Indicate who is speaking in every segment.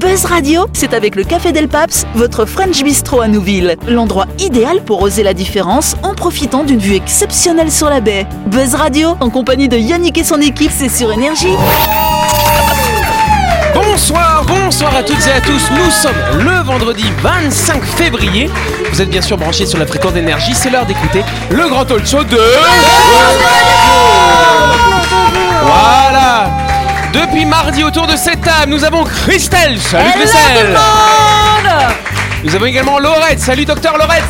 Speaker 1: Buzz Radio, c'est avec le Café Del Paps, votre French Bistro à Nouville. L'endroit idéal pour oser la différence en profitant d'une vue exceptionnelle sur la baie. Buzz Radio, en compagnie de Yannick et son équipe, c'est sur Énergie.
Speaker 2: Bonsoir, bonsoir à toutes et à tous. Nous sommes le vendredi 25 février. Vous êtes bien sûr branchés sur la fréquence d'énergie. C'est l'heure d'écouter le grand talk show de. Voilà. Depuis mardi, autour de cette table, nous avons Christelle. Salut Christelle. Nous avons également Laurette. Salut docteur Laurette.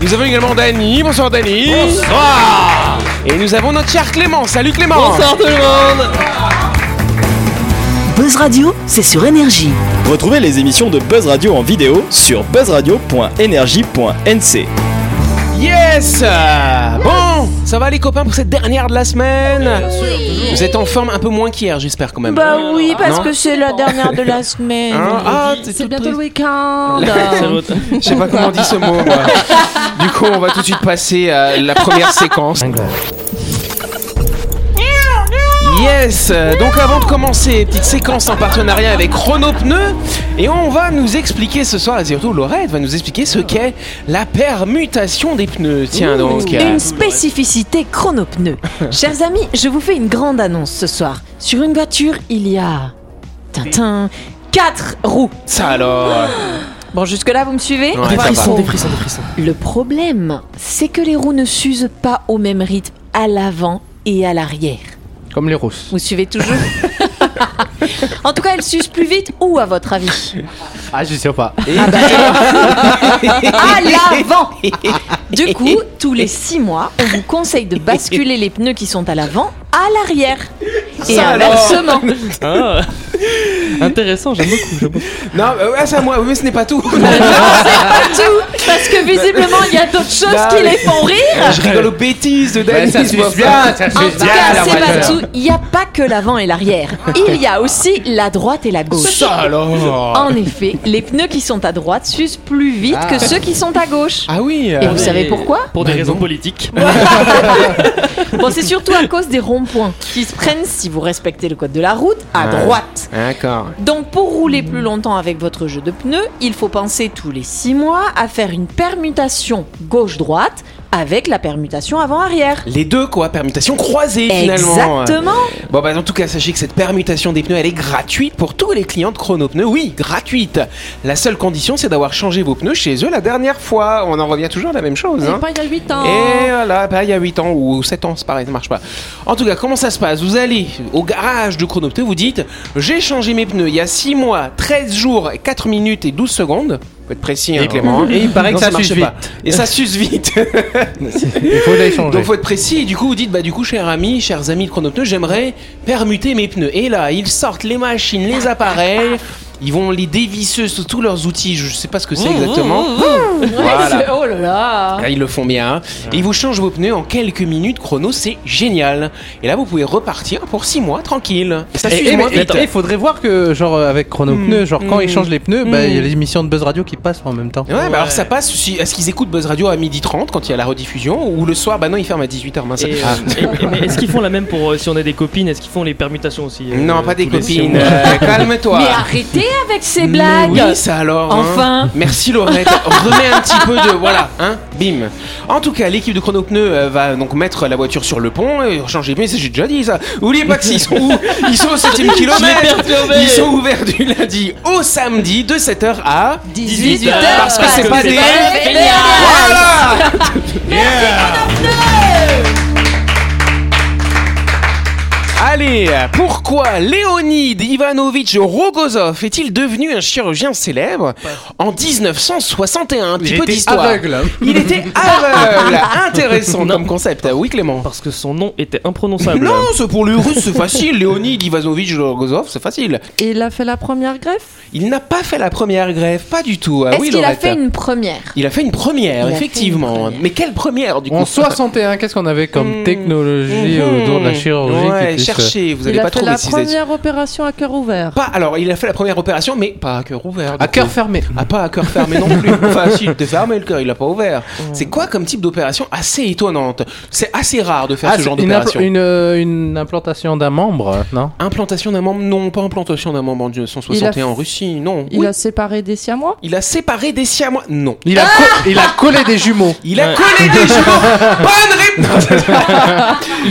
Speaker 2: Nous avons également Dany. Bonsoir Dany. Bonsoir. Et nous avons notre cher Clément. Salut Clément.
Speaker 3: Bonsoir tout le monde
Speaker 1: Buzz Radio, c'est sur Énergie.
Speaker 4: Retrouvez les émissions de Buzz Radio en vidéo sur buzzradio.energie.nc.
Speaker 2: Yes Bon, ça va les copains pour cette dernière de la semaine Vous êtes en forme un peu moins qu'hier, j'espère quand même.
Speaker 5: Bah oui, parce
Speaker 2: Non
Speaker 5: que c'est la dernière de la semaine.
Speaker 2: Hein ah, t'es
Speaker 5: c'est
Speaker 2: toute
Speaker 5: bientôt le
Speaker 2: prise.
Speaker 5: week-end.
Speaker 2: Je sais pas comment on dit ce mot. moi. Du coup, on va tout de suite passer à la première séquence. Yes euh, Donc avant de commencer, petite séquence en partenariat avec Renault Pneus. Et on va nous expliquer ce soir, et surtout Laurette va nous expliquer ce qu'est la permutation des pneus. Tiens donc.
Speaker 6: Une spécificité chronopneu. Chers amis, je vous fais une grande annonce ce soir. Sur une voiture, il y a. Tintin. 4 roues.
Speaker 2: Ça alors
Speaker 6: Bon, jusque-là, vous me suivez
Speaker 2: Ouais, ça va.
Speaker 6: Le problème, c'est que les roues ne s'usent pas au même rythme à l'avant et à l'arrière.
Speaker 3: Comme les rousses.
Speaker 6: Vous suivez toujours En tout cas, elles s'usent plus vite ou à votre avis
Speaker 3: Ah, je sais pas.
Speaker 2: Ah,
Speaker 6: À Ah, l'avant Du coup, tous les 6 mois, on vous conseille de basculer les pneus qui sont à l'avant à l'arrière. Et
Speaker 2: Ça alors
Speaker 6: inversement.
Speaker 3: Intéressant, j'aime beaucoup. j'aime beaucoup.
Speaker 2: Non, euh, ouais, c'est à moi, mais ce n'est pas tout.
Speaker 6: pas tout Parce que visiblement, il y a d'autres choses
Speaker 2: Bah,
Speaker 6: qui
Speaker 2: mais-
Speaker 6: les font rire
Speaker 2: Je rigole aux bêtises de Dani.
Speaker 3: ça suce bien, ça
Speaker 6: En
Speaker 3: suce
Speaker 6: tout
Speaker 3: bien.
Speaker 6: cas,
Speaker 3: la
Speaker 6: c'est pas
Speaker 3: voiture.
Speaker 6: tout. Il n'y a pas que l'avant et l'arrière. Il y a aussi la droite et la gauche.
Speaker 2: Ça alors
Speaker 6: En effet, les pneus qui sont à droite s'usent plus vite que ceux qui sont à gauche.
Speaker 2: Ah oui euh,
Speaker 6: Et vous savez pourquoi
Speaker 3: Pour des raisons politiques.
Speaker 6: Bon, c'est surtout à cause des ronds-points qui se prennent, si vous respectez le code de la route, à
Speaker 2: Ouais.
Speaker 6: droite.
Speaker 2: D'accord.
Speaker 6: Donc, pour rouler plus longtemps avec votre jeu de pneus, il faut penser tous les 6 mois à faire une permutation gauche-droite avec la permutation avant-arrière.
Speaker 2: Les deux quoi, permutation croisée finalement.
Speaker 6: Exactement
Speaker 2: Bon bah en tout cas sachez que cette permutation des pneus elle est gratuite pour tous les clients de Chrono Pneus. Oui, gratuite. La seule condition c'est d'avoir changé vos pneus chez eux la dernière fois. On en revient toujours à la même
Speaker 6: Eh
Speaker 2: chose. hein.
Speaker 5: C'est pas il y a 8 ans.
Speaker 2: Et voilà, bah, il y a 8 ans ou 7 ans, c'est pareil, ça marche pas. En tout cas, comment ça se passe Vous allez au garage de Chronopneu, vous dites J'ai changé mes pneus il y a 6 mois, 13 jours, 4 minutes et 12 secondes. Faut être précis, hein,
Speaker 3: Et-
Speaker 2: Clément.
Speaker 3: et il paraît que ça
Speaker 2: marche
Speaker 3: suce
Speaker 2: pas. Et ça suce vite.
Speaker 3: Il faut les changer.
Speaker 2: Donc faut être précis. Et du coup, vous dites Bah, du coup, chers amis, chers amis de Chronopneu, j'aimerais permuter mes pneus. Et là, ils sortent les machines, les appareils. Ils vont les dévisser sous tous leurs outils. Je sais pas ce que
Speaker 3: Mmh,
Speaker 2: c'est exactement. Voilà.
Speaker 6: Oh là là
Speaker 2: Là, ils le font bien. hein. Et ils vous changent vos pneus en quelques minutes chrono, c'est génial. Et là, vous pouvez repartir pour 6 mois tranquille. Et ça
Speaker 3: Et-
Speaker 2: suit
Speaker 3: et-
Speaker 2: moins
Speaker 3: mais-
Speaker 2: vite.
Speaker 3: et- et faudrait voir que, genre, euh, avec Chrono Pneus, genre, quand
Speaker 2: mm,
Speaker 3: ils changent les pneus, bah, il y a
Speaker 2: mm.
Speaker 3: les émissions de Buzz Radio qui passent en même temps.
Speaker 2: Ouais, bah alors ça passe. si- Est-ce qu'ils écoutent Buzz Radio à 12h30 quand il y a la rediffusion Ou le soir Bah non, ils ferment à 18h. mince.
Speaker 7: Et, euh,
Speaker 2: Ah.
Speaker 7: et- et- mais est-ce qu'ils font la même pour euh, si on a des copines Est-ce qu'ils font les permutations aussi euh,
Speaker 2: Non, pas des
Speaker 7: tous les six
Speaker 2: copines.
Speaker 7: mois
Speaker 2: euh, Calme-toi.
Speaker 6: Mais arrêtez avec ces
Speaker 2: Mais
Speaker 6: blagues
Speaker 2: Oui, ça alors. hein.
Speaker 6: Enfin.
Speaker 2: Merci Laurette. Remets un petit peu de voilà, hein. Bim. En tout cas, l'équipe de Chrono Pneus euh, va donc mettre la voiture sur le pont et changer. Mais ça, j'ai déjà dit ça. Oubliez pas qu'ils sont où Ils sont au 7 kilomètre. Ils sont ouverts du lundi au samedi de 7h à
Speaker 6: 18 heures.
Speaker 2: Parce que c'est pas des Ah voilà. Allez, pourquoi Léonid Ivanovitch Rogozov est-il devenu un chirurgien célèbre en 1961 Un petit peu d'histoire.
Speaker 3: hein.
Speaker 2: Il était aveugle. Intéressant comme concept. Ah Oui, Clément.
Speaker 7: Parce que son nom était imprononçable.
Speaker 2: Non, c'est pour les Russes, c'est facile. Léonid Ivanovitch Rogozov, c'est facile.
Speaker 5: Et il a fait la première greffe
Speaker 2: Il n'a pas fait la première grève, pas du tout. Ah
Speaker 6: Est-ce
Speaker 2: oui,
Speaker 6: qu'il a
Speaker 2: Laurette.
Speaker 6: fait une première
Speaker 2: Il a fait une première,
Speaker 6: Il a fait une
Speaker 2: effectivement.
Speaker 6: première.
Speaker 2: Mais quelle première, du coup
Speaker 3: En 61, qu'est-ce qu'on avait comme
Speaker 2: Mm.
Speaker 3: technologie
Speaker 2: Mhm.
Speaker 3: autour de la chirurgie
Speaker 2: Ouais,
Speaker 3: qui puisse, euh,
Speaker 2: cherchez chercher, vous
Speaker 5: Il
Speaker 2: n'allez
Speaker 5: a
Speaker 2: pas
Speaker 5: fait
Speaker 2: trouver
Speaker 5: la
Speaker 2: si vous êtes-
Speaker 5: première opération à cœur ouvert.
Speaker 2: Pas, alors, il a fait la première opération, mais pas à cœur ouvert.
Speaker 3: À
Speaker 2: du
Speaker 3: cœur
Speaker 2: coup.
Speaker 3: fermé.
Speaker 2: Ah, pas à cœur fermé non plus. Enfin, si, il était fermé le cœur, il l'a pas ouvert.
Speaker 5: Mmh.
Speaker 2: C'est quoi comme type d'opération assez étonnante C'est assez rare de faire
Speaker 3: Ah,
Speaker 2: ce
Speaker 3: c'est
Speaker 2: genre
Speaker 3: une
Speaker 2: d'opération.
Speaker 3: impl- une, euh, une implantation d'un membre, non
Speaker 2: Implantation d'un membre Non, pas implantation d'un membre en 1961
Speaker 5: Il a-
Speaker 2: en Russie, non.
Speaker 5: Il
Speaker 2: Oui.
Speaker 5: a séparé des siamois.
Speaker 2: Il a séparé des siamois Non.
Speaker 3: il a, co- il a collé des jumeaux.
Speaker 2: Il a collé des jumeaux Bonne réponse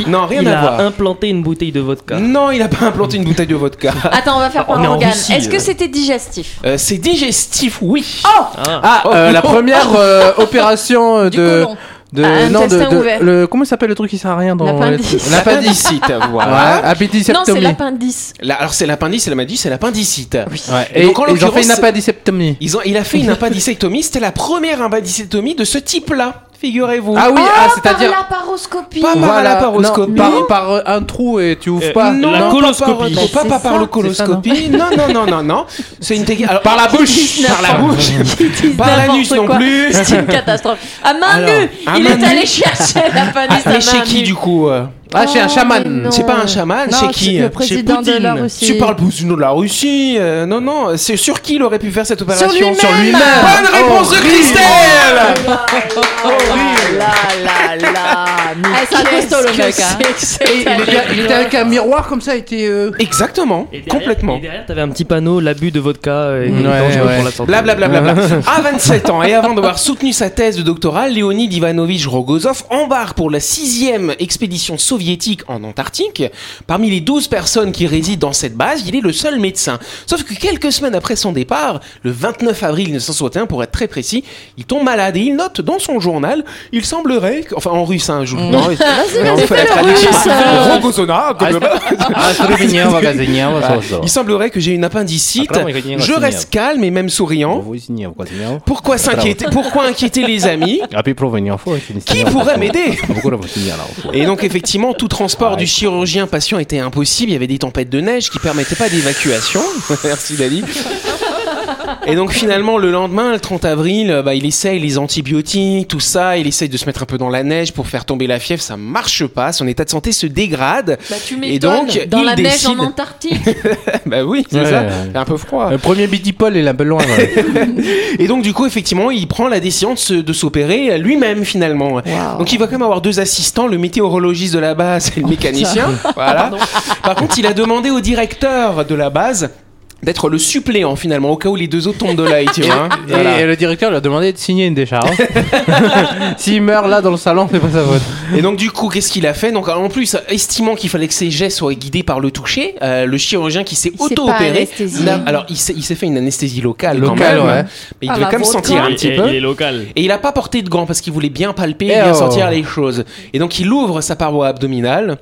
Speaker 2: Non, rien
Speaker 7: Il
Speaker 2: à
Speaker 7: a
Speaker 2: voir.
Speaker 7: implanté une bouteille de vodka.
Speaker 2: Non, il a pas implanté une bouteille de vodka.
Speaker 6: Attends, on va faire par
Speaker 7: On est en
Speaker 6: organe.
Speaker 7: Russie,
Speaker 6: Est-ce que
Speaker 7: euh.
Speaker 6: c'était digestif
Speaker 2: Euh, c'est digestif, oui.
Speaker 7: Ah.
Speaker 3: Ah,
Speaker 2: Oh.
Speaker 3: euh, la première euh, opération euh,
Speaker 6: Du
Speaker 3: de.
Speaker 6: côlon.
Speaker 3: de
Speaker 6: Ah, un
Speaker 3: non, de,
Speaker 6: intestin
Speaker 3: de-
Speaker 6: ouvert.
Speaker 3: le, comment il s'appelle le truc qui sert à rien dans
Speaker 6: L'appendice.
Speaker 3: les- L'appendice.
Speaker 2: L'appendicite,
Speaker 3: Voilà,
Speaker 2: voilà.
Speaker 6: Ah Non, c'est
Speaker 3: appendicectomie.
Speaker 6: l'appendice.
Speaker 2: Là, alors c'est l'appendice, elle m'a dit, c'est l'appendicite.
Speaker 3: Ouais,
Speaker 2: Et
Speaker 3: Et,
Speaker 2: donc, en
Speaker 3: ils ont fait
Speaker 2: l'occurrence,
Speaker 3: une appendicectomie.
Speaker 2: Ils ont, il a fait une appendicectomie, c'était la première appendicectomie de ce type-là, figurez-vous.
Speaker 3: Ah oui, ah,
Speaker 6: Par
Speaker 3: c'est-à-dire.
Speaker 6: la paroscopie.
Speaker 2: Pas par la
Speaker 3: Voilà,
Speaker 2: paroscopie.
Speaker 3: non, par, par, euh, un trou et tu ouvres
Speaker 7: Euh,
Speaker 3: pas.
Speaker 2: non,
Speaker 7: la
Speaker 2: pas
Speaker 7: coloscopie.
Speaker 2: par- Pas,
Speaker 6: C'est
Speaker 2: pas par
Speaker 6: ça,
Speaker 2: le coloscopie. Non, non, non, non, non. C'est une technique. alors,
Speaker 3: Par la bouche.
Speaker 2: Par la bouche.
Speaker 6: Ils disent
Speaker 2: Par l'anus
Speaker 6: n'importe
Speaker 2: non
Speaker 6: quoi.
Speaker 2: plus.
Speaker 6: C'est une catastrophe. À main
Speaker 2: Alors,
Speaker 6: nue,
Speaker 2: à
Speaker 6: il
Speaker 2: main
Speaker 6: est
Speaker 2: nue.
Speaker 6: allé chercher l'appendice
Speaker 2: Ah,
Speaker 6: à
Speaker 2: mais
Speaker 6: main
Speaker 2: chez qui
Speaker 6: nue.
Speaker 2: du coup euh,
Speaker 3: Ah, chez un
Speaker 5: mais
Speaker 3: chaman.
Speaker 5: non.
Speaker 2: C'est pas un chaman,
Speaker 5: Non,
Speaker 2: chez
Speaker 5: c'est
Speaker 2: qui
Speaker 5: le
Speaker 2: euh,
Speaker 5: président
Speaker 2: chez Poutine.
Speaker 5: de la Russie.
Speaker 2: Tu parles Poutine de la Russie euh, Non, non, c'est sur qui il aurait pu faire cette opération
Speaker 5: lui-même. Sur
Speaker 2: lui-même.
Speaker 7: Oh,
Speaker 3: Oh.
Speaker 2: Bonne réponse de Christelle
Speaker 6: Là, là, là. Mais
Speaker 5: Ah, c'est un
Speaker 6: qu'est-ce
Speaker 5: costaud, le
Speaker 6: que
Speaker 5: mec, hein.
Speaker 6: c'est que cette
Speaker 3: Et il était- il était avec un miroir comme ça, il était. euh,
Speaker 2: Exactement,
Speaker 7: Et derrière-
Speaker 2: complètement.
Speaker 7: Et derrière, t'avais un petit panneau, l'abus de vodka euh, est
Speaker 3: Ouais,
Speaker 7: dangereux
Speaker 3: ouais.
Speaker 7: pour la santé.
Speaker 2: Blablabla. À 27 ans et avant d'avoir soutenu sa thèse de doctorat, Leonid Ivanovitch Rogozov embarque pour la sixième expédition soviétique en Antarctique. Parmi les 12 personnes qui résident dans cette base, il est le seul médecin. Sauf que quelques semaines après son départ, le 29 avril 1961 pour être très précis, il tombe malade et il note dans son journal, il semblerait, que- enfin en russe, hein, je vous non, on fait la traduction. Rogozona, comme- il semblerait que j'ai une
Speaker 3: Ah,
Speaker 2: appendicite. Je reste calme et même
Speaker 3: Hein
Speaker 2: souriant.
Speaker 3: Ah,
Speaker 2: Pourquoi s'inquiéter Pourquoi inquiéter les amis Qui pourrait m'aider
Speaker 3: Ah,
Speaker 2: Et donc effectivement, tout transport du chirurgien patient était impossible. Il y avait des tempêtes de neige qui permettaient pas d'évacuation. Merci Dali. Et donc finalement, le lendemain, le 30 avril, euh, bah, il essaye les antibiotiques, tout ça. Il essaye de se mettre un peu dans la neige pour faire tomber la fièvre. Ça marche pas. Son état de santé se dégrade.
Speaker 6: Bah, tu
Speaker 2: Et
Speaker 6: m'étonnes.
Speaker 2: donc,
Speaker 6: dans
Speaker 2: il
Speaker 6: la neige en
Speaker 2: décide-
Speaker 6: Antarctique.
Speaker 2: bah oui, c'est
Speaker 3: Ouais,
Speaker 2: ça.
Speaker 3: ouais, ouais.
Speaker 2: C'est un peu froid.
Speaker 3: Le premier Biddy Paul est là, peu loin. ouais.
Speaker 2: Et donc du coup effectivement il prend la décision de se- de s'opérer lui-même finalement. Donc il va quand même avoir deux assistants, le météorologiste de la base et le mécanicien. Voilà. Par contre il a demandé au directeur de la base d'être le suppléant finalement au cas où les deux autres tombent de l'œil tu vois. hein.
Speaker 3: Et,
Speaker 2: Voilà.
Speaker 3: et le directeur lui a demandé de signer une décharge. S'il meurt là dans le salon, c'est pas sa faute.
Speaker 2: Et donc du coup, qu'est-ce qu'il a fait Donc en plus, estimant qu'il fallait que ses gestes soient guidés par le toucher, euh, le chirurgien qui s'est
Speaker 5: Il s'est pas
Speaker 2: auto-opéré,
Speaker 5: anesthésié.
Speaker 2: n'a- alors il s'est il s'est fait une anesthésie locale,
Speaker 3: Locale,
Speaker 2: quand même,
Speaker 3: ouais.
Speaker 2: mais il
Speaker 5: Ah,
Speaker 2: devait
Speaker 5: la
Speaker 2: quand même
Speaker 5: vôtre,
Speaker 2: sentir
Speaker 5: hein.
Speaker 2: un
Speaker 7: Il-
Speaker 2: petit
Speaker 7: il-
Speaker 2: peu.
Speaker 7: Il est local.
Speaker 2: Et il a pas porté de gants parce qu'il voulait bien palper et
Speaker 3: Eh
Speaker 2: bien
Speaker 3: oh.
Speaker 2: sentir les choses. Et donc il ouvre sa paroi abdominale.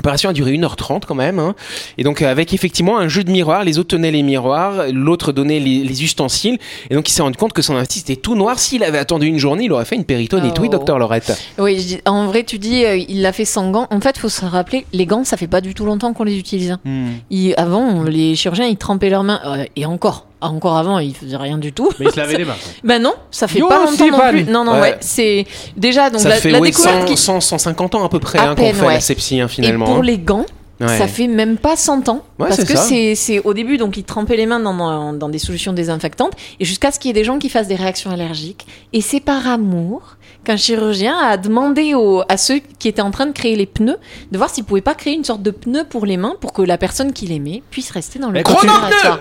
Speaker 2: L'opération a duré 1h30 quand même. hein. Et donc euh, avec effectivement un jeu de miroir, les autres tenaient les miroirs, l'autre donnait les, les ustensiles. Et donc il s'est rendu compte que son artiste était tout noir. S'il avait attendu une journée, il aurait fait une
Speaker 5: Ah
Speaker 2: péritonite. Oui,
Speaker 6: Oh.
Speaker 2: docteur Lorette.
Speaker 6: Oui, je dis- en vrai, tu dis, euh, il l'a fait sans gants. En fait, faut se rappeler, les gants, ça fait pas du tout longtemps qu'on les utilise. hein.
Speaker 3: Hmm.
Speaker 6: Ils- avant, les chirurgiens, ils trempaient leurs mains. euh, et encore, encore avant, ils faisaient rien du tout.
Speaker 3: Mais il se lavait les mains.
Speaker 6: Ben non, ça fait
Speaker 3: Yo,
Speaker 6: pas longtemps non
Speaker 3: Sivan.
Speaker 6: plus. Non, non,
Speaker 2: Ouais.
Speaker 6: ouais. C'est déjà donc
Speaker 2: Ça
Speaker 6: la,
Speaker 2: fait
Speaker 6: la
Speaker 2: ouais,
Speaker 6: découverte
Speaker 2: 100,
Speaker 6: qui.
Speaker 2: 100, 150 ans à peu près
Speaker 6: À
Speaker 2: hein, qu'on
Speaker 6: peine,
Speaker 2: fait la
Speaker 6: ouais.
Speaker 2: sepsie hein,
Speaker 6: Et
Speaker 2: finalement.
Speaker 6: pour
Speaker 2: hein.
Speaker 6: les gants,
Speaker 2: Ouais.
Speaker 6: ça fait même pas 100 ans.
Speaker 2: Ouais,
Speaker 6: parce
Speaker 2: c'est
Speaker 6: que
Speaker 2: ça.
Speaker 6: c'est c'est au début, donc ils trempaient les mains dans, dans, dans des solutions désinfectantes. Et jusqu'à ce qu'il y ait des gens qui fassent des réactions allergiques. Et c'est par amour qu'un chirurgien a demandé au- à ceux qui étaient en train de créer les pneus de voir s'ils pouvaient pas créer une sorte de pneu pour les mains pour que la personne qui l'aimait puisse rester dans le
Speaker 7: Mais
Speaker 6: corps
Speaker 7: gros
Speaker 6: opératoire.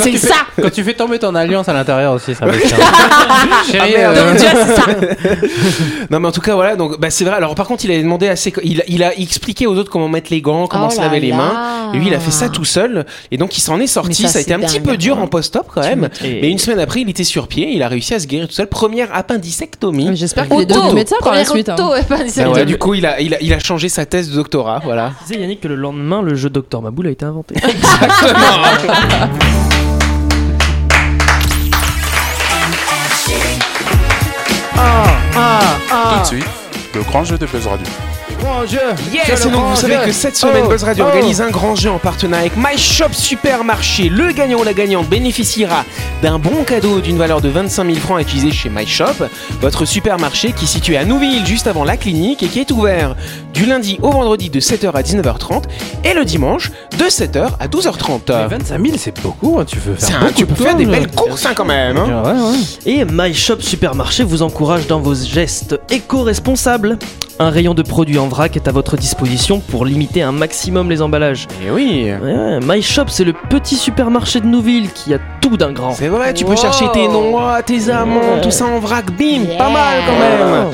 Speaker 6: C'est ça
Speaker 3: Quand tu fais tomber ton alliance à l'intérieur aussi, ça va être chiant.
Speaker 8: Ah,
Speaker 3: Chérie, euh,
Speaker 6: Donc déjà, c'est ça
Speaker 2: Non mais en tout cas voilà donc bah, c'est vrai. Alors par contre il avait demandé assez. Il, il a expliqué aux autres comment mettre les gants, comment
Speaker 6: Oh
Speaker 2: se
Speaker 6: là
Speaker 2: laver les
Speaker 6: là.
Speaker 2: mains. Et lui, il a fait ça tout seul. Et donc, il s'en est sorti.
Speaker 6: Mais ça,
Speaker 2: Ça, a été
Speaker 6: c'est
Speaker 2: un petit
Speaker 6: dingue. hein.
Speaker 2: peu dur en post-op quand même.
Speaker 7: m'étonnes.
Speaker 2: Mais une semaine après, il était sur pied. Il a réussi à se guérir tout seul. Première appendicectomie.
Speaker 5: J'espère qu'il est
Speaker 6: Auto,
Speaker 5: devenu médecin par la
Speaker 6: première
Speaker 5: suite. hein.
Speaker 6: auto, ouais, pas-
Speaker 2: Et du coup, il a, il, a, il a changé sa thèse de doctorat. Voilà.
Speaker 7: Tu disais Yannick que le lendemain, le jeu Docteur Maboul a été inventé.
Speaker 8: Tout de suite, le grand jeu de Buzz Radio. grand jeu.
Speaker 2: Yes, et donc vous savez que cette
Speaker 3: Oh,
Speaker 8: Oh.
Speaker 2: semaine, Buzz Radio organise un grand jeu en partenariat avec My Shop Supermarché. Le gagnant ou la gagnante bénéficiera d'un bon cadeau d'une valeur de 25 000 francs à utiliser chez My Shop, votre supermarché qui est situé à Nouville, juste avant la clinique, et qui est ouvert du lundi au vendredi de 7h à 19h30 et le dimanche de 7h à 12h30.
Speaker 3: 25 000, c'est beaucoup, hein, tu veux
Speaker 2: C'est
Speaker 3: faire.
Speaker 2: un-
Speaker 3: beaucoup
Speaker 2: tu
Speaker 3: de
Speaker 2: peux faire des
Speaker 3: tonnes.
Speaker 2: belles courses hein, quand même. hein.
Speaker 3: Ouais, ouais.
Speaker 7: Et My Shop Supermarché vous encourage dans vos gestes éco-responsables. Un rayon de produits en vrac est à votre disposition pour limiter un maximum les emballages.
Speaker 2: Eh oui.
Speaker 7: Ouais, ouais, My Shop, c'est le petit supermarché de Nouville qui a tout d'un grand.
Speaker 2: C'est vrai, tu peux chercher tes noix, tes amandes, tout ça en vrac, bim, pas mal
Speaker 7: Ah
Speaker 2: quand même.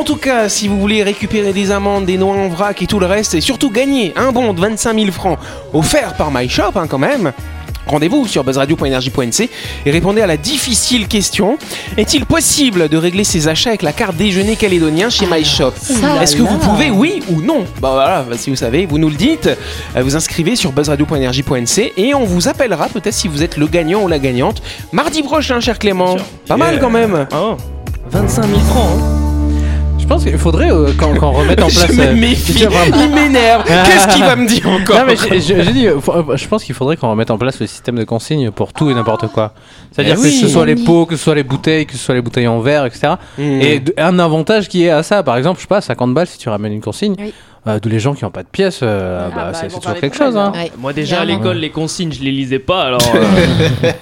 Speaker 2: En tout cas, si vous voulez récupérer des amandes, des noix en vrac et tout le reste, et surtout gagner un bon de 25 000 francs offert par My Shop hein, quand même. Rendez-vous sur buzzradio.energie.nc et répondez à la difficile question est-il possible de régler ses achats avec la carte déjeuner calédonien chez My Shop
Speaker 6: Ah, Ça,
Speaker 2: Est-ce que
Speaker 6: là.
Speaker 2: vous pouvez, oui ou non Bah voilà, bah, si vous savez, vous nous le dites. Euh, Vous inscrivez sur buzzradio.energie.nc et on vous appellera peut-être si vous êtes le gagnant ou la gagnante mardi prochain, cher Clément. Pas mal quand même.
Speaker 7: Oh, 25 000 francs. hein.
Speaker 3: Je pense qu'il faudrait euh, qu'on qu'on remette en place.
Speaker 2: Je me
Speaker 3: euh,
Speaker 2: méfie.
Speaker 3: tiens, vraiment.
Speaker 2: Il m'énerve. Qu'est-ce qu'il va me dire encore
Speaker 3: Non, mais j'ai- j'ai j'ai dit, euh, faut- euh, je pense qu'il faudrait qu'on remette en place le système de consigne pour tout et n'importe quoi. C'est-à-dire
Speaker 2: Eh
Speaker 3: que
Speaker 2: oui.
Speaker 3: ce soit les pots, que ce soit les bouteilles, que ce soit les bouteilles en verre, etc.
Speaker 2: Mm.
Speaker 3: Et d- un avantage qui est à ça, par exemple, je sais pas, 50 balles si tu ramènes une consigne,
Speaker 6: Oui. Ah,
Speaker 3: euh, d'où les gens qui n'ont pas de pièces, euh, bah, c'est c'est toujours quelque chose. Hein.
Speaker 6: Ouais.
Speaker 7: Moi déjà à
Speaker 6: Clairement.
Speaker 7: l'école, les consignes, je les lisais pas, alors... euh,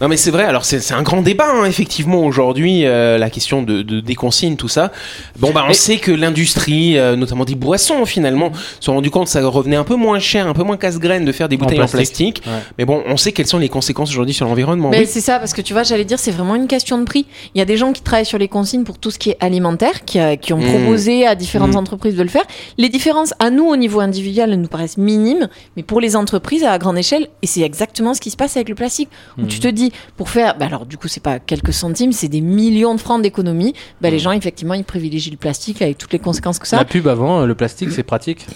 Speaker 2: Non mais c'est vrai, alors c'est c'est un grand débat hein, effectivement aujourd'hui, euh, la question de, de- des consignes, tout ça. Bon bah on sait que l'industrie, euh, notamment des boissons finalement, se sont rendu compte que ça revenait un peu moins cher, un peu moins casse-graine de faire des bouteilles en plastique.
Speaker 3: plastique.
Speaker 2: Mais bon, on sait quelles sont les conséquences aujourd'hui sur l'environnement.
Speaker 6: Mais
Speaker 2: Oh, Oui.
Speaker 6: Ben, c'est ça, parce que tu vois, j'allais dire, c'est vraiment une question de prix. Il y a des gens qui travaillent sur les consignes pour tout ce qui est alimentaire, qui, euh, qui ont
Speaker 2: Mm.
Speaker 6: proposé à différentes
Speaker 2: Mm.
Speaker 6: entreprises de le faire. Les différences, à nous, au niveau individuel, elles nous paraissent minimes, mais pour les entreprises, à grande échelle, et c'est exactement ce qui se passe avec le plastique.
Speaker 2: Mmh.
Speaker 6: Où tu te dis, pour faire, bah alors du coup, c'est pas quelques centimes, c'est des millions de francs d'économie, bah,
Speaker 2: Mmh.
Speaker 6: les gens, effectivement, ils privilégient le plastique avec toutes les conséquences que ça.
Speaker 3: La pub avant, euh, le plastique, c'est pratique.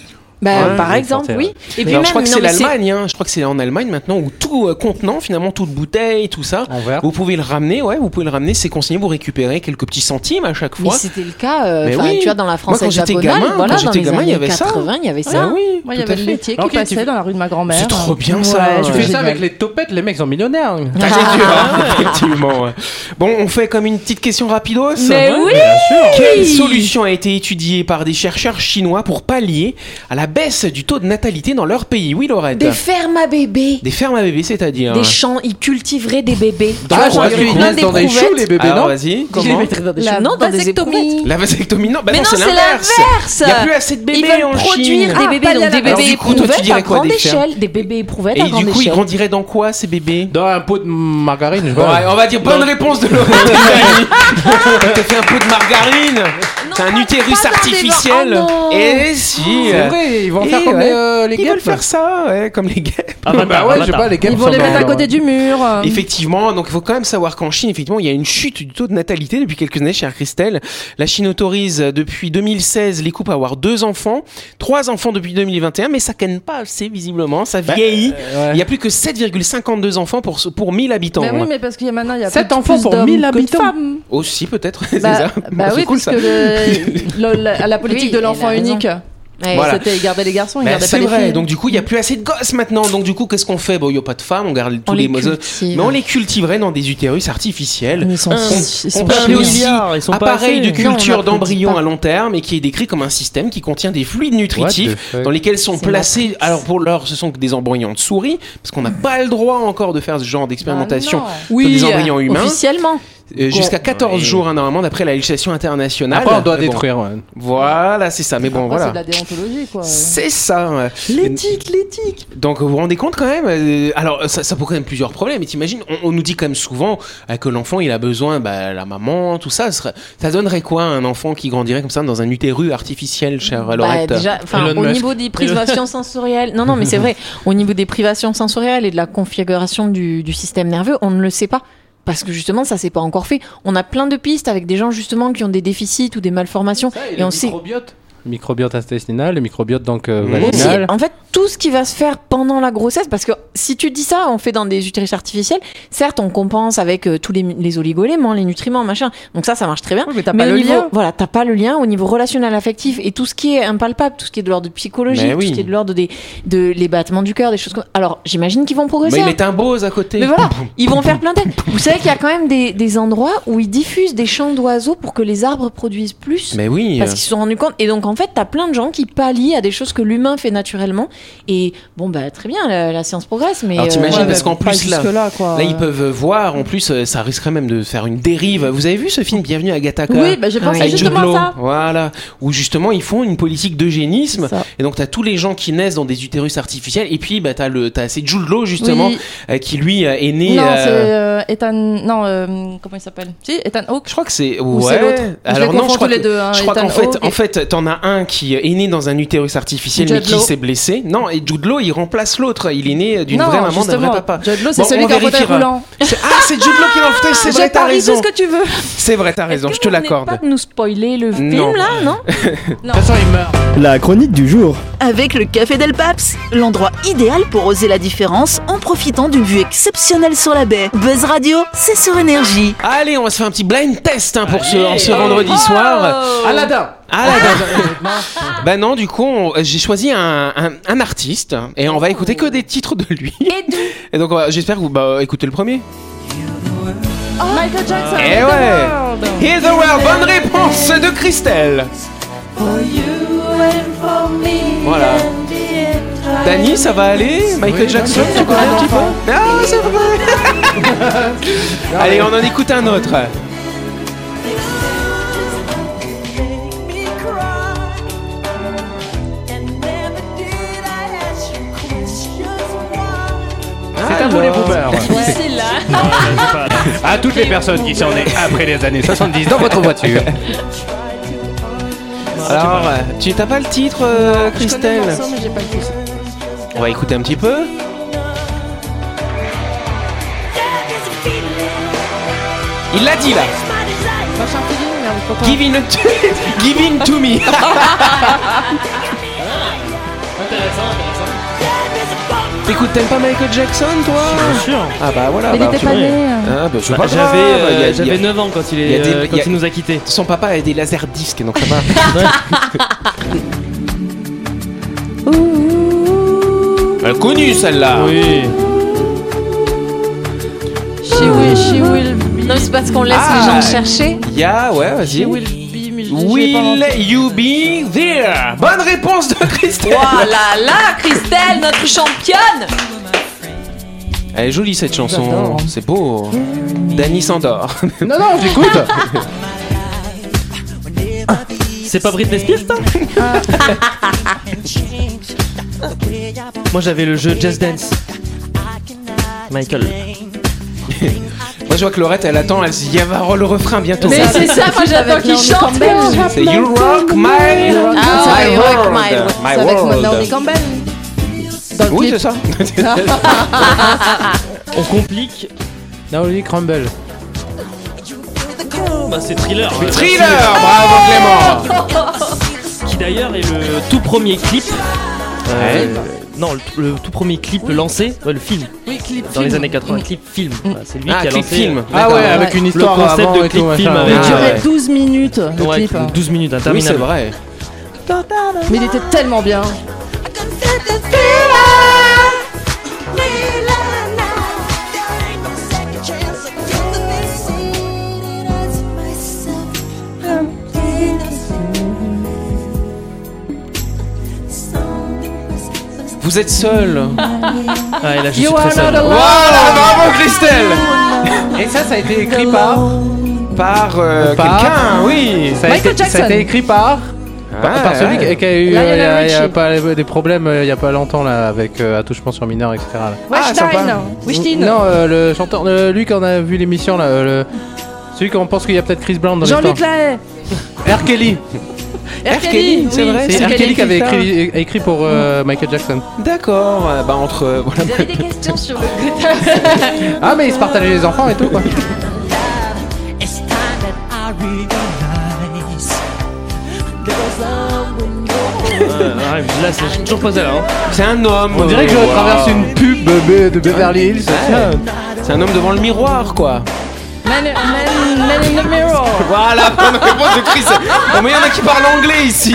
Speaker 6: Bah,
Speaker 3: Ouais,
Speaker 6: par
Speaker 3: les
Speaker 6: exemple,
Speaker 3: frontières.
Speaker 6: oui. Et
Speaker 2: Alors, je crois que
Speaker 6: non,
Speaker 2: c'est
Speaker 6: mais
Speaker 2: l'Allemagne, hein. je crois que c'est en Allemagne maintenant où tout euh, contenant finalement, toute bouteille, tout ça,
Speaker 3: En verre.
Speaker 2: vous pouvez le ramener, ouais, vous pouvez le ramener, c'est consigné, vous récupérez quelques petits centimes à chaque
Speaker 6: Mais
Speaker 2: fois.
Speaker 6: c'était le cas, euh,
Speaker 2: Mais
Speaker 6: enfin,
Speaker 2: oui.
Speaker 6: tu vois, dans la France
Speaker 2: quand j'étais
Speaker 6: hexagonale,
Speaker 2: gamin,
Speaker 6: voilà,
Speaker 2: quand
Speaker 6: dans
Speaker 2: j'étais
Speaker 6: les
Speaker 2: gamin, il y
Speaker 6: années
Speaker 2: avait ça.
Speaker 6: 80, il y avait ça.
Speaker 2: Ah oui,
Speaker 5: Moi, il y
Speaker 2: tout
Speaker 5: avait
Speaker 2: à
Speaker 5: le
Speaker 2: fait.
Speaker 5: laitier
Speaker 3: Alors,
Speaker 5: qui
Speaker 3: ok, tu
Speaker 5: passait
Speaker 3: fais-
Speaker 5: dans la rue de ma grand-mère.
Speaker 2: C'est trop bien ça.
Speaker 5: Ouais,
Speaker 3: Tu fais
Speaker 5: tu génial.
Speaker 3: ça avec les topettes, les mecs sont millionnaires.
Speaker 2: Ah, c'est dur, hein, effectivement. ouais. Bon, on fait comme une petite question rapidos.
Speaker 6: Mais oui
Speaker 2: Quelle solution a été étudiée par des chercheurs chinois pour pallier à la baisse du taux de natalité dans leur pays Oui, Laurette.
Speaker 6: Des fermes à bébés,
Speaker 2: Des euh, fermes à bébés, c'est-à-dire.
Speaker 6: des champs, ils cultiveraient des bébés.
Speaker 2: Ah,
Speaker 6: Franchement,
Speaker 2: ouais,
Speaker 6: il y aurait
Speaker 2: ils
Speaker 6: plein
Speaker 3: dans des
Speaker 6: d'éprouvettes.
Speaker 3: choux, les
Speaker 7: Ah,
Speaker 3: bébés,
Speaker 2: Alors,
Speaker 3: non
Speaker 2: vas-y.
Speaker 6: Ils les
Speaker 2: Comment
Speaker 6: mettraient dans des
Speaker 5: La
Speaker 6: choux. Non, dans des éprouvettes.
Speaker 5: vasectomie.
Speaker 2: La vasectomie Non, bah
Speaker 6: Mais
Speaker 2: non,
Speaker 6: non,
Speaker 2: c'est
Speaker 6: c'est
Speaker 2: l'inverse.
Speaker 6: l'inverse
Speaker 2: Il n'y a plus assez de
Speaker 6: Ils
Speaker 2: bébés
Speaker 6: veulent
Speaker 2: en
Speaker 6: produire
Speaker 2: Chine.
Speaker 6: des bébés,
Speaker 5: Ah,
Speaker 6: donc des
Speaker 5: alors,
Speaker 6: bébés
Speaker 2: du coup, toi, tu
Speaker 6: éprouvettes à
Speaker 2: dirais quoi,
Speaker 6: grande
Speaker 2: des fermes
Speaker 6: échelle, des bébés éprouvettes
Speaker 2: Et
Speaker 6: à
Speaker 2: du
Speaker 6: grande
Speaker 2: coup, ils
Speaker 6: échelle.
Speaker 2: grandiraient dans quoi ces bébés
Speaker 3: Dans un pot de margarine, je
Speaker 2: Ouais,
Speaker 3: vois.
Speaker 2: on va dire bonne réponse de Laurette. T'as fait un peu de margarine. T'as un utérus
Speaker 6: pas dans des vents.
Speaker 2: artificiel.
Speaker 6: Oh non.
Speaker 2: Et si.
Speaker 7: euh,
Speaker 3: C'est vrai, ils vont
Speaker 7: eh,
Speaker 2: Et
Speaker 3: faire comme les,
Speaker 2: ouais.
Speaker 3: euh, les
Speaker 2: Ils veulent
Speaker 3: guêpes.
Speaker 2: faire ça, ouais, comme les guêpes.
Speaker 7: Avatar,
Speaker 3: Bah ouais, je sais
Speaker 7: Avatar.
Speaker 3: pas, les guêpes
Speaker 5: Ils vont
Speaker 3: sont
Speaker 5: les mettre à
Speaker 3: dans-
Speaker 5: côté du mur. euh.
Speaker 2: Effectivement, donc il faut quand même savoir qu'en Chine, effectivement, il y a une chute du taux de natalité depuis quelques années, chère Christelle. La Chine autorise euh, depuis 2016 les couples à avoir deux enfants, trois enfants depuis 2021, mais ça canne pas assez visiblement, ça vieillit.
Speaker 3: ouais.
Speaker 2: Il n'y a plus que 7,52 enfants pour, ce- pour 1000 habitants.
Speaker 5: Mais Bah Ben oui, mais parce qu'il y a maintenant, il y a
Speaker 3: Sept
Speaker 5: plus-
Speaker 3: enfants
Speaker 5: plus
Speaker 3: pour
Speaker 5: d'hommes
Speaker 3: 1000
Speaker 5: que de
Speaker 3: habitants.
Speaker 5: femmes.
Speaker 2: Aussi peut-être, c'est
Speaker 5: Bah,
Speaker 2: ça.
Speaker 5: bah
Speaker 2: C'est
Speaker 5: oui,
Speaker 2: cool,
Speaker 5: parce
Speaker 2: ça.
Speaker 5: que le- le- la, la politique
Speaker 6: Oui,
Speaker 5: de
Speaker 6: elle a
Speaker 5: l'enfant
Speaker 6: raison.
Speaker 5: unique,
Speaker 3: Ah,
Speaker 6: Ouais.
Speaker 2: Voilà.
Speaker 5: c'était ils gardaient les garçons, ils
Speaker 2: Bah,
Speaker 5: gardaient pas
Speaker 2: c'est
Speaker 5: les
Speaker 2: vrai,
Speaker 5: filles.
Speaker 2: donc du coup il n'y a plus assez de gosses maintenant, donc du coup qu'est-ce qu'on fait Bon, il n'y a pas de femmes, on garde tous
Speaker 6: On
Speaker 2: les hein.
Speaker 6: les
Speaker 2: mozos.
Speaker 6: cultive.
Speaker 2: Mais on les cultiverait dans des utérus artificiels.
Speaker 6: Mais ils sont-
Speaker 2: On-
Speaker 6: ils
Speaker 2: on
Speaker 6: sont pas
Speaker 2: parle
Speaker 7: Des
Speaker 6: mignons.
Speaker 2: aussi
Speaker 7: milliards, ils sont
Speaker 3: Ah,
Speaker 7: pas
Speaker 2: appareil
Speaker 7: assez.
Speaker 2: de culture
Speaker 6: Non, on n'applaudit
Speaker 2: d'embryon
Speaker 6: pas.
Speaker 2: à long terme et qui est décrit comme un système qui contient des fluides nutritifs
Speaker 3: fuck
Speaker 2: dans lesquels sont
Speaker 6: C'est
Speaker 2: placés,
Speaker 6: Matrix.
Speaker 2: alors pour l'heure ce sont que des embryons de souris, parce qu'on n'a pas le droit encore de faire ce genre d'expérimentation
Speaker 5: Ah non.
Speaker 2: sur des embryons humains,
Speaker 6: officiellement.
Speaker 2: euh, jusqu'à 14
Speaker 7: Ouais.
Speaker 2: jours hein, normalement d'après la législation internationale.
Speaker 3: Après, on doit
Speaker 2: Mais Ah, bon,
Speaker 3: détruire. ouais.
Speaker 2: Voilà, c'est ça, mais bon,
Speaker 5: Après, C'est
Speaker 2: voilà.
Speaker 5: de la déontologie, quoi.
Speaker 2: C'est ça. L'éthique, l'éthique. Donc vous vous rendez compte quand même euh, Alors ça, ça pose quand même plusieurs problèmes. Et t'imagines, on, on nous dit quand même souvent euh, que l'enfant il a besoin, bah, la maman, tout ça. ce serait- ça donnerait quoi un enfant qui grandirait comme ça dans un utérus artificiel, cher
Speaker 6: Bah,
Speaker 2: Laurette
Speaker 6: déjà, enfin,
Speaker 7: Elon
Speaker 6: au
Speaker 7: Musk.
Speaker 6: niveau des privations sensorielles, non, non, mais c'est vrai, au niveau des privations sensorielles et de la configuration du, du système nerveux, on ne le sait pas. Parce que justement, ça s'est pas encore fait. On a plein de pistes avec des gens justement qui ont des déficits ou des malformations. et on sait.
Speaker 3: microbiote intestinal, le microbiote donc euh,
Speaker 2: Mmh.
Speaker 6: Aussi,
Speaker 3: vaginal.
Speaker 6: en fait, tout ce qui va se faire pendant la grossesse, parce que si tu dis ça, on fait dans des utérus artificiels, certes, on compense avec euh, tous les, les oligoéléments, les nutriments, machin. Donc ça, ça marche très bien.
Speaker 5: mais t'as
Speaker 6: Mais
Speaker 5: pas
Speaker 6: au
Speaker 5: le
Speaker 6: niveau,
Speaker 5: lien.
Speaker 6: voilà, t'as pas le lien au niveau relationnel, affectif et tout ce qui est impalpable, tout ce qui est de l'ordre
Speaker 2: Mais
Speaker 6: psychologique,
Speaker 2: oui.
Speaker 6: tout ce qui est de l'ordre des, de les battements du cœur, des choses comme. Alors, j'imagine qu'ils vont progresser.
Speaker 2: Mais
Speaker 6: hein.
Speaker 2: il met un Bose à côté.
Speaker 6: Mais voilà, ils vont faire plein d'ailes. Vous savez qu'il y a quand même des, des endroits où ils diffusent des chants d'oiseaux pour que les arbres produisent plus.
Speaker 2: Mais euh, oui.
Speaker 6: Parce qu'ils se sont rendus compte. Et donc, en fait, t'as plein de gens qui pallient à des choses que l'humain fait naturellement. Et bon, bah, très bien, la, la science progresse, mais.
Speaker 2: Alors,
Speaker 6: euh,
Speaker 2: t'imagines,
Speaker 6: ouais,
Speaker 2: parce
Speaker 5: mais
Speaker 2: qu'en
Speaker 5: pas
Speaker 2: plus,
Speaker 5: jusque-là, quoi.
Speaker 2: Là, ils peuvent voir. En plus, euh, ça risquerait même de faire une dérive. Vous avez vu ce film Bienvenue à Gattaca
Speaker 5: Oui, bah, j'ai pensé
Speaker 6: Ah oui.
Speaker 2: Avec Jude
Speaker 5: justement à
Speaker 2: Law.
Speaker 5: ça.
Speaker 2: Voilà. Où justement, ils font une politique d'eugénisme.
Speaker 5: Ça.
Speaker 2: Et donc, t'as tous les gens qui naissent dans des utérus artificiels. Et puis, bah, t'as le, t'as, c'est Jude Law, justement,
Speaker 5: Oui.
Speaker 2: euh, qui lui euh, est né.
Speaker 5: Non,
Speaker 2: euh,
Speaker 5: c'est euh, Ethan. Non, euh, comment il s'appelle Si, Ethan Hawke.
Speaker 2: Je crois que c'est.
Speaker 5: Ou c'est l'autre.
Speaker 2: Ouais.
Speaker 5: Je les
Speaker 2: Alors, non,
Speaker 5: confonds
Speaker 2: je crois
Speaker 5: tous les
Speaker 2: que-
Speaker 5: deux. hein,
Speaker 2: Je crois
Speaker 5: Ethan
Speaker 2: qu'en fait,
Speaker 5: Hawke
Speaker 2: en fait, t'en as un qui euh, est né dans un utérus artificiel mais
Speaker 5: Jude
Speaker 2: qui
Speaker 5: Law.
Speaker 2: s'est blessé. Non, et Jude Law, il remplace l'autre. Il est né euh, d'une
Speaker 5: Non,
Speaker 2: vraie maman, d'un vrai
Speaker 5: justement,
Speaker 2: papa.
Speaker 5: Jude Law,
Speaker 2: Bon,
Speaker 5: c'est
Speaker 2: on
Speaker 5: celui qui a un fauteuil
Speaker 2: vérifiera.
Speaker 5: roulant.
Speaker 2: C'est- Ah, c'est Jude Law qui est dans le fauteuil, c'est vrai,
Speaker 5: J'ai
Speaker 2: bah, t'as
Speaker 5: pari tout
Speaker 2: raison.
Speaker 5: ce que tu veux.
Speaker 2: C'est vrai, t'as raison, je te l'accorde.
Speaker 6: Pas de nous spoiler le
Speaker 2: Non.
Speaker 6: film, là, non
Speaker 4: La chronique du jour.
Speaker 1: Avec le Café Del Paps, l'endroit idéal pour oser la différence en profitant d'une vue exceptionnelle sur la baie. Buzz Radio, c'est sur énergie.
Speaker 2: Allez, on va se faire un petit blind test hein, pour ce, en ce vendredi
Speaker 5: Oh.
Speaker 2: soir.
Speaker 7: Aladdin
Speaker 2: Ah, là, bah, bah non, du coup, on- j'ai choisi un, un- un artiste et on va écouter que des titres de lui. Et donc, on va- j'espère que vous bah, écoutez le premier.
Speaker 5: Michael Jackson.
Speaker 2: Eh
Speaker 5: the
Speaker 2: ouais.
Speaker 5: world.
Speaker 2: Hear the world, bonne réponse de Christelle. Voilà. Dani, ça va aller Michael Jackson, tu connais un petit peu Ah, c'est vrai Allez, on en écoute un autre.
Speaker 3: C'est un volet boomer. À toutes les personnes qui s'en est après les années 70 dans votre voiture.
Speaker 2: Alors, euh, tu t'as pas le titre, euh, Christelle
Speaker 5: Je connais le morceau, mais j'ai pas le titre.
Speaker 2: On va écouter un petit peu. Il l'a dit là
Speaker 5: Machin feeling, merde, je sais pas quoi.
Speaker 2: Give in to, give in to me T'écoutes, t'aimes pas Michael Jackson toi Ah bah voilà,
Speaker 5: Mais il
Speaker 2: bah,
Speaker 5: était
Speaker 2: tu
Speaker 5: pas
Speaker 2: vois.
Speaker 5: né. euh.
Speaker 2: Ah bah c'est
Speaker 7: Bah,
Speaker 2: pas grave,
Speaker 7: J'avais
Speaker 2: il y a-
Speaker 7: euh,
Speaker 2: il y a-
Speaker 7: j'avais 9 ans quand il
Speaker 2: il y a
Speaker 7: est
Speaker 2: des- il y
Speaker 7: euh,
Speaker 2: a-
Speaker 7: quand il nous a quittés.
Speaker 2: Son papa a des lasers disques donc ça va. Elle est connue celle-là
Speaker 7: Oui.
Speaker 5: She will, she will
Speaker 6: Non, c'est parce qu'on laisse
Speaker 2: Ah.
Speaker 6: les gens chercher.
Speaker 2: Il y a, ouais, vas-y.
Speaker 5: Will be mais je- je l'ai pas
Speaker 2: Will
Speaker 5: inventé.
Speaker 2: you be there Bonne réponse de Christelle
Speaker 6: Voilà, Ah là, Christelle, notre championne
Speaker 2: Elle est jolie cette chanson,
Speaker 5: J'adore.
Speaker 2: c'est beau. hein. Danny s'endort.
Speaker 3: Non, non, j'écoute.
Speaker 7: C'est pas Britney Spears ça Moi j'avais le jeu Just Dance. Michael.
Speaker 2: Moi je vois que Laurette elle attend, elle se dit, il va avoir le refrain bientôt.
Speaker 6: Mais c'est ça, moi j'attends
Speaker 5: Avec
Speaker 6: qu'il
Speaker 5: Naomi
Speaker 6: chante
Speaker 5: Campbell.
Speaker 2: C'est You Rock My,
Speaker 6: Ah
Speaker 2: my
Speaker 6: ouais, Rock
Speaker 2: World. My
Speaker 6: My World.
Speaker 5: C'est avec
Speaker 2: World.
Speaker 5: Naomi Campbell. Dans le
Speaker 2: Oui,
Speaker 5: clip.
Speaker 2: c'est ça. Ah.
Speaker 7: On complique.
Speaker 3: Naomi Crumble.
Speaker 7: Bah c'est Thriller. euh,
Speaker 2: Thriller Bravo Clément
Speaker 7: Qui d'ailleurs est le tout premier clip. euh, Non, le, le tout premier clip lancé, ouais, le film,
Speaker 5: Oui, clip.
Speaker 7: dans les
Speaker 5: film.
Speaker 7: années 80,
Speaker 5: Mm.
Speaker 7: clip film. Bah, c'est lui
Speaker 2: Ah,
Speaker 7: qui a
Speaker 2: clip
Speaker 7: lancé
Speaker 2: film.
Speaker 7: euh,
Speaker 3: Ah ouais,
Speaker 5: D'accord.
Speaker 3: avec une
Speaker 7: Le
Speaker 3: histoire
Speaker 7: concept
Speaker 3: avant
Speaker 7: de
Speaker 3: et tout,
Speaker 7: clip-film
Speaker 3: machin.
Speaker 7: avec euh,
Speaker 5: Il
Speaker 2: Ah,
Speaker 5: durait
Speaker 2: ouais.
Speaker 5: 12 minutes le
Speaker 7: ouais,
Speaker 5: clip.
Speaker 7: 12
Speaker 2: Oui,
Speaker 7: minutes,
Speaker 2: c'est
Speaker 7: interminable.
Speaker 2: vrai.
Speaker 5: Mais il était tellement bien.
Speaker 2: Vous êtes seul.
Speaker 7: Ah, et là, je
Speaker 5: You
Speaker 7: suis très
Speaker 5: are not
Speaker 7: seul.
Speaker 5: alone.
Speaker 2: Voilà, bravo Christelle
Speaker 3: Et ça, ça a été écrit par.
Speaker 2: Par, euh,
Speaker 3: Par-
Speaker 2: quelqu'un, oui.
Speaker 3: Ça a
Speaker 5: Michael
Speaker 3: été- Ça a
Speaker 5: Jackson.
Speaker 3: été écrit par. Par, par
Speaker 2: Ouais,
Speaker 3: celui
Speaker 2: ouais.
Speaker 3: qui- qui a eu
Speaker 5: Lionel
Speaker 3: euh, il y a- il y a
Speaker 5: Richie.
Speaker 3: pas, des problèmes euh, il y a pas longtemps là avec euh, attouchement sur mineur etc. là.
Speaker 2: Ah, sympa.
Speaker 5: Weinstein. Weinstein.
Speaker 3: Non euh, le chanteur euh, lui qu'on a vu l'émission là euh, le- celui qu'on pense qu'il y a peut-être Chris Blanc dans
Speaker 5: Jean-Luc
Speaker 3: les
Speaker 5: Lahaye.
Speaker 3: temps. R. Kelly.
Speaker 5: R. Kelly.
Speaker 2: c'est
Speaker 5: oui.
Speaker 2: vrai.
Speaker 3: C'est
Speaker 2: c'est
Speaker 3: R. Kelly qui avait
Speaker 2: ça.
Speaker 3: écrit, écrit pour euh, Michael Jackson.
Speaker 2: D'accord, euh, bah entre. euh, voilà.
Speaker 6: Vous avez des questions sur le
Speaker 3: Ah mais ils se partageaient les enfants et tout quoi.
Speaker 8: It's time that I realize there was love when
Speaker 7: ouais, là, c'est j'ai toujours pas ça là. hein.
Speaker 2: C'est un homme.
Speaker 3: On dirait que je
Speaker 2: Wow.
Speaker 3: traverse une pub euh, de Beverly Hills.
Speaker 2: Ouais. C'est un homme devant le miroir, quoi.
Speaker 5: Man, man, man in the mirror.
Speaker 2: Voilà, bonne réponse de Chris. Non, mais il y en a qui parlent anglais ici.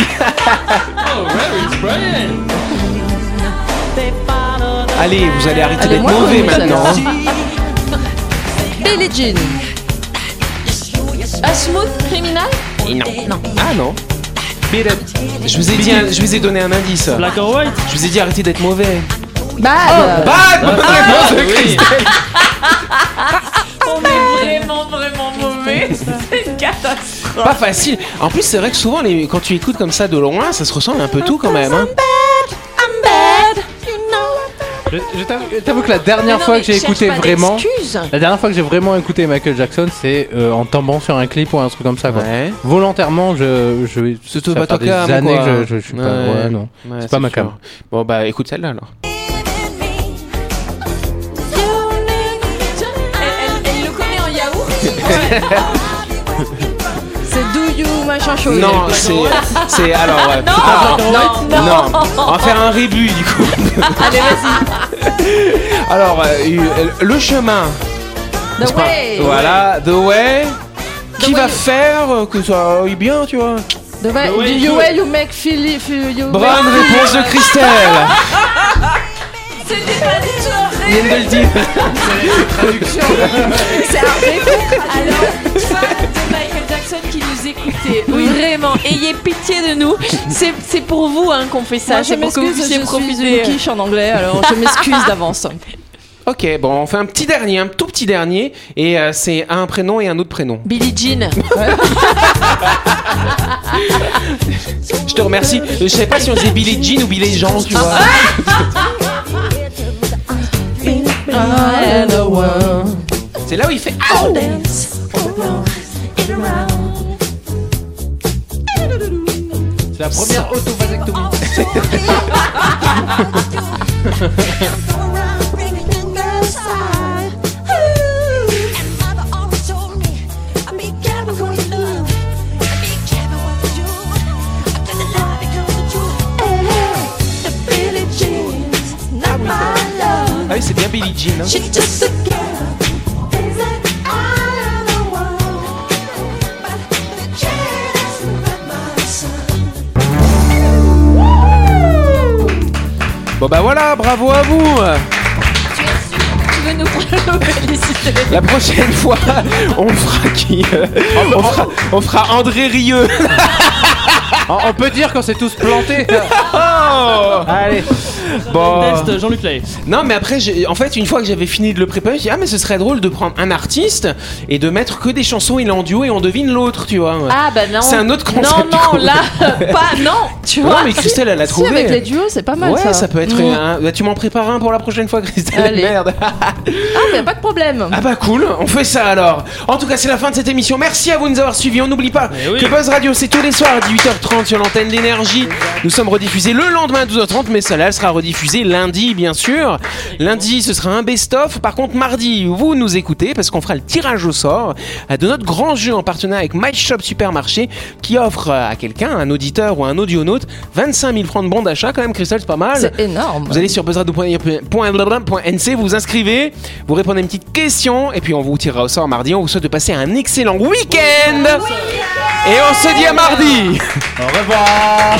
Speaker 2: Allez, vous allez arrêter
Speaker 5: Allez,
Speaker 2: d'être
Speaker 5: moi,
Speaker 2: mauvais
Speaker 5: je vous donne
Speaker 2: maintenant. hein.
Speaker 5: Billie Jean. A smooth criminal
Speaker 2: Ah non. Je vous, ai dit un- je vous ai donné un indice.
Speaker 7: Black or white
Speaker 2: Je vous ai dit arrêtez d'être mauvais. Oh, Bad
Speaker 5: Bad.
Speaker 2: bonne
Speaker 6: Ah,
Speaker 2: réponse de Chris.
Speaker 6: Oh, Vraiment, vraiment mauvais. C'est une catastrophe.
Speaker 2: Pas facile. En plus, c'est vrai que souvent, les- quand tu écoutes comme ça de loin, ça se ressemble un peu tout quand même. hein.
Speaker 3: Je, je t'avoue- je t'avoue que la dernière fois que j'ai écouté vraiment,
Speaker 6: Excuse.
Speaker 3: la dernière fois que j'ai vraiment écouté Michael Jackson, c'est euh, en tombant sur un clip ou un truc comme ça. Quoi.
Speaker 2: Ah Ouais.
Speaker 3: Volontairement, je, je
Speaker 2: C'est
Speaker 3: ça
Speaker 2: tout
Speaker 3: fait des
Speaker 2: batocarme,
Speaker 3: années
Speaker 2: quoi.
Speaker 3: que je, je- je suis pas.
Speaker 2: Ouais.
Speaker 3: ouais, non.
Speaker 2: Ouais,
Speaker 3: c'est pas ma cam.
Speaker 2: sûr. Bon, bah écoute celle-là alors.
Speaker 6: Elle le connaît en yaourt.
Speaker 5: C'est Do You Machin Show.
Speaker 2: Non, c'est. C'est alors. ouais. Ah, non, non. On va faire un rébut du coup.
Speaker 5: Allez, vas-y.
Speaker 2: Alors, euh, euh, le chemin.
Speaker 5: The
Speaker 2: C'est pas-
Speaker 5: Way.
Speaker 2: Voilà, The Way. Qui va faire euh, que ça aille bien, tu vois
Speaker 5: The Way.
Speaker 7: The way
Speaker 5: you,
Speaker 7: you-
Speaker 5: way you make feel if you- you
Speaker 2: Bonne réponse de Christelle
Speaker 6: C'était pas du tout un
Speaker 2: Je viens de le dire.
Speaker 6: C'est un vrai con. Alors, fans de Michael Jackson qui nous écoutez, oui, vraiment, ayez pitié de nous. C'est c'est pour vous hein, qu'on fait ça,
Speaker 5: Moi, Ah, je
Speaker 6: c'est pour que vous
Speaker 5: m'excuse,
Speaker 6: puissiez
Speaker 5: je suis
Speaker 6: profiter.
Speaker 5: une quiche en anglais, alors je m'excuse d'avance.
Speaker 2: Ok, bon, on fait un petit dernier, un tout petit dernier. Et euh, c'est un prénom et un autre prénom.
Speaker 6: Billie Jean.
Speaker 2: Je te remercie. Euh, Je sais pas si on dit Billy Jean ou Billy Jean, tu vois. C'est là où il fait. Aouh
Speaker 3: C'est la première auto-vasectomie.
Speaker 2: Ah oui, c'est bien Billy Jean. hein.
Speaker 8: She's just a girl, thinks that I'm the one, but the chance with my son.
Speaker 2: Bon bah voilà, bravo à vous.
Speaker 6: Tu veux nous féliciter
Speaker 2: La prochaine fois, on fera qui euh, on, fera, on fera André Rieu.
Speaker 3: On on peut dire qu'on s'est tous plantés.
Speaker 2: Oh
Speaker 3: Allez. Oh.
Speaker 2: Bon.
Speaker 7: Test Jean-Luc Lay.
Speaker 2: Non mais après, j'ai- en fait, une fois que j'avais fini de le préparer, j'ai dit ah mais ce serait drôle de prendre un artiste et de mettre que des chansons il est en duo et on devine l'autre, tu vois.
Speaker 6: Ah bah non.
Speaker 2: C'est un autre concept.
Speaker 6: Non,
Speaker 2: du
Speaker 6: non,
Speaker 2: coup.
Speaker 6: là, pas, non, tu
Speaker 2: Non
Speaker 6: vois.
Speaker 2: mais Christelle, elle a
Speaker 5: Si,
Speaker 2: trouvé.
Speaker 5: avec les duos, c'est pas mal
Speaker 2: ouais,
Speaker 5: ça.
Speaker 2: ça. peut être
Speaker 5: Mm.
Speaker 2: un. Bah, tu m'en prépares un pour la prochaine fois, Christelle.
Speaker 5: Allez.
Speaker 2: Merde.
Speaker 5: Ah, mais pas de problème.
Speaker 2: Ah bah cool, on fait ça alors. En tout cas, c'est la fin de cette émission. Merci à vous de nous avoir suivis. On n'oublie pas
Speaker 7: Eh oui.
Speaker 2: que Buzz Radio, c'est tous les soirs à 18h30 sur l'antenne d'énergie. Nous sommes rediffusés le lendemain à 12h30, mais celle-là elle sera rediffusée lundi, bien sûr. Lundi, ce sera un best-of. Par contre, mardi, vous nous écoutez parce qu'on fera le tirage au sort euh, de notre grand jeu en partenariat avec My Shop Supermarché qui offre euh, à quelqu'un, un auditeur ou un audionaute, 25 000 francs de bon d'achat. Quand même, Christelle, c'est pas mal.
Speaker 5: C'est énorme.
Speaker 2: Vous allez sur buzzradio.nc, vous vous inscrivez, vous répondez à une petite question, et puis on vous tirera au sort mardi. On vous souhaite de passer un excellent week-end Et on se dit à mardi
Speaker 3: Au revoir.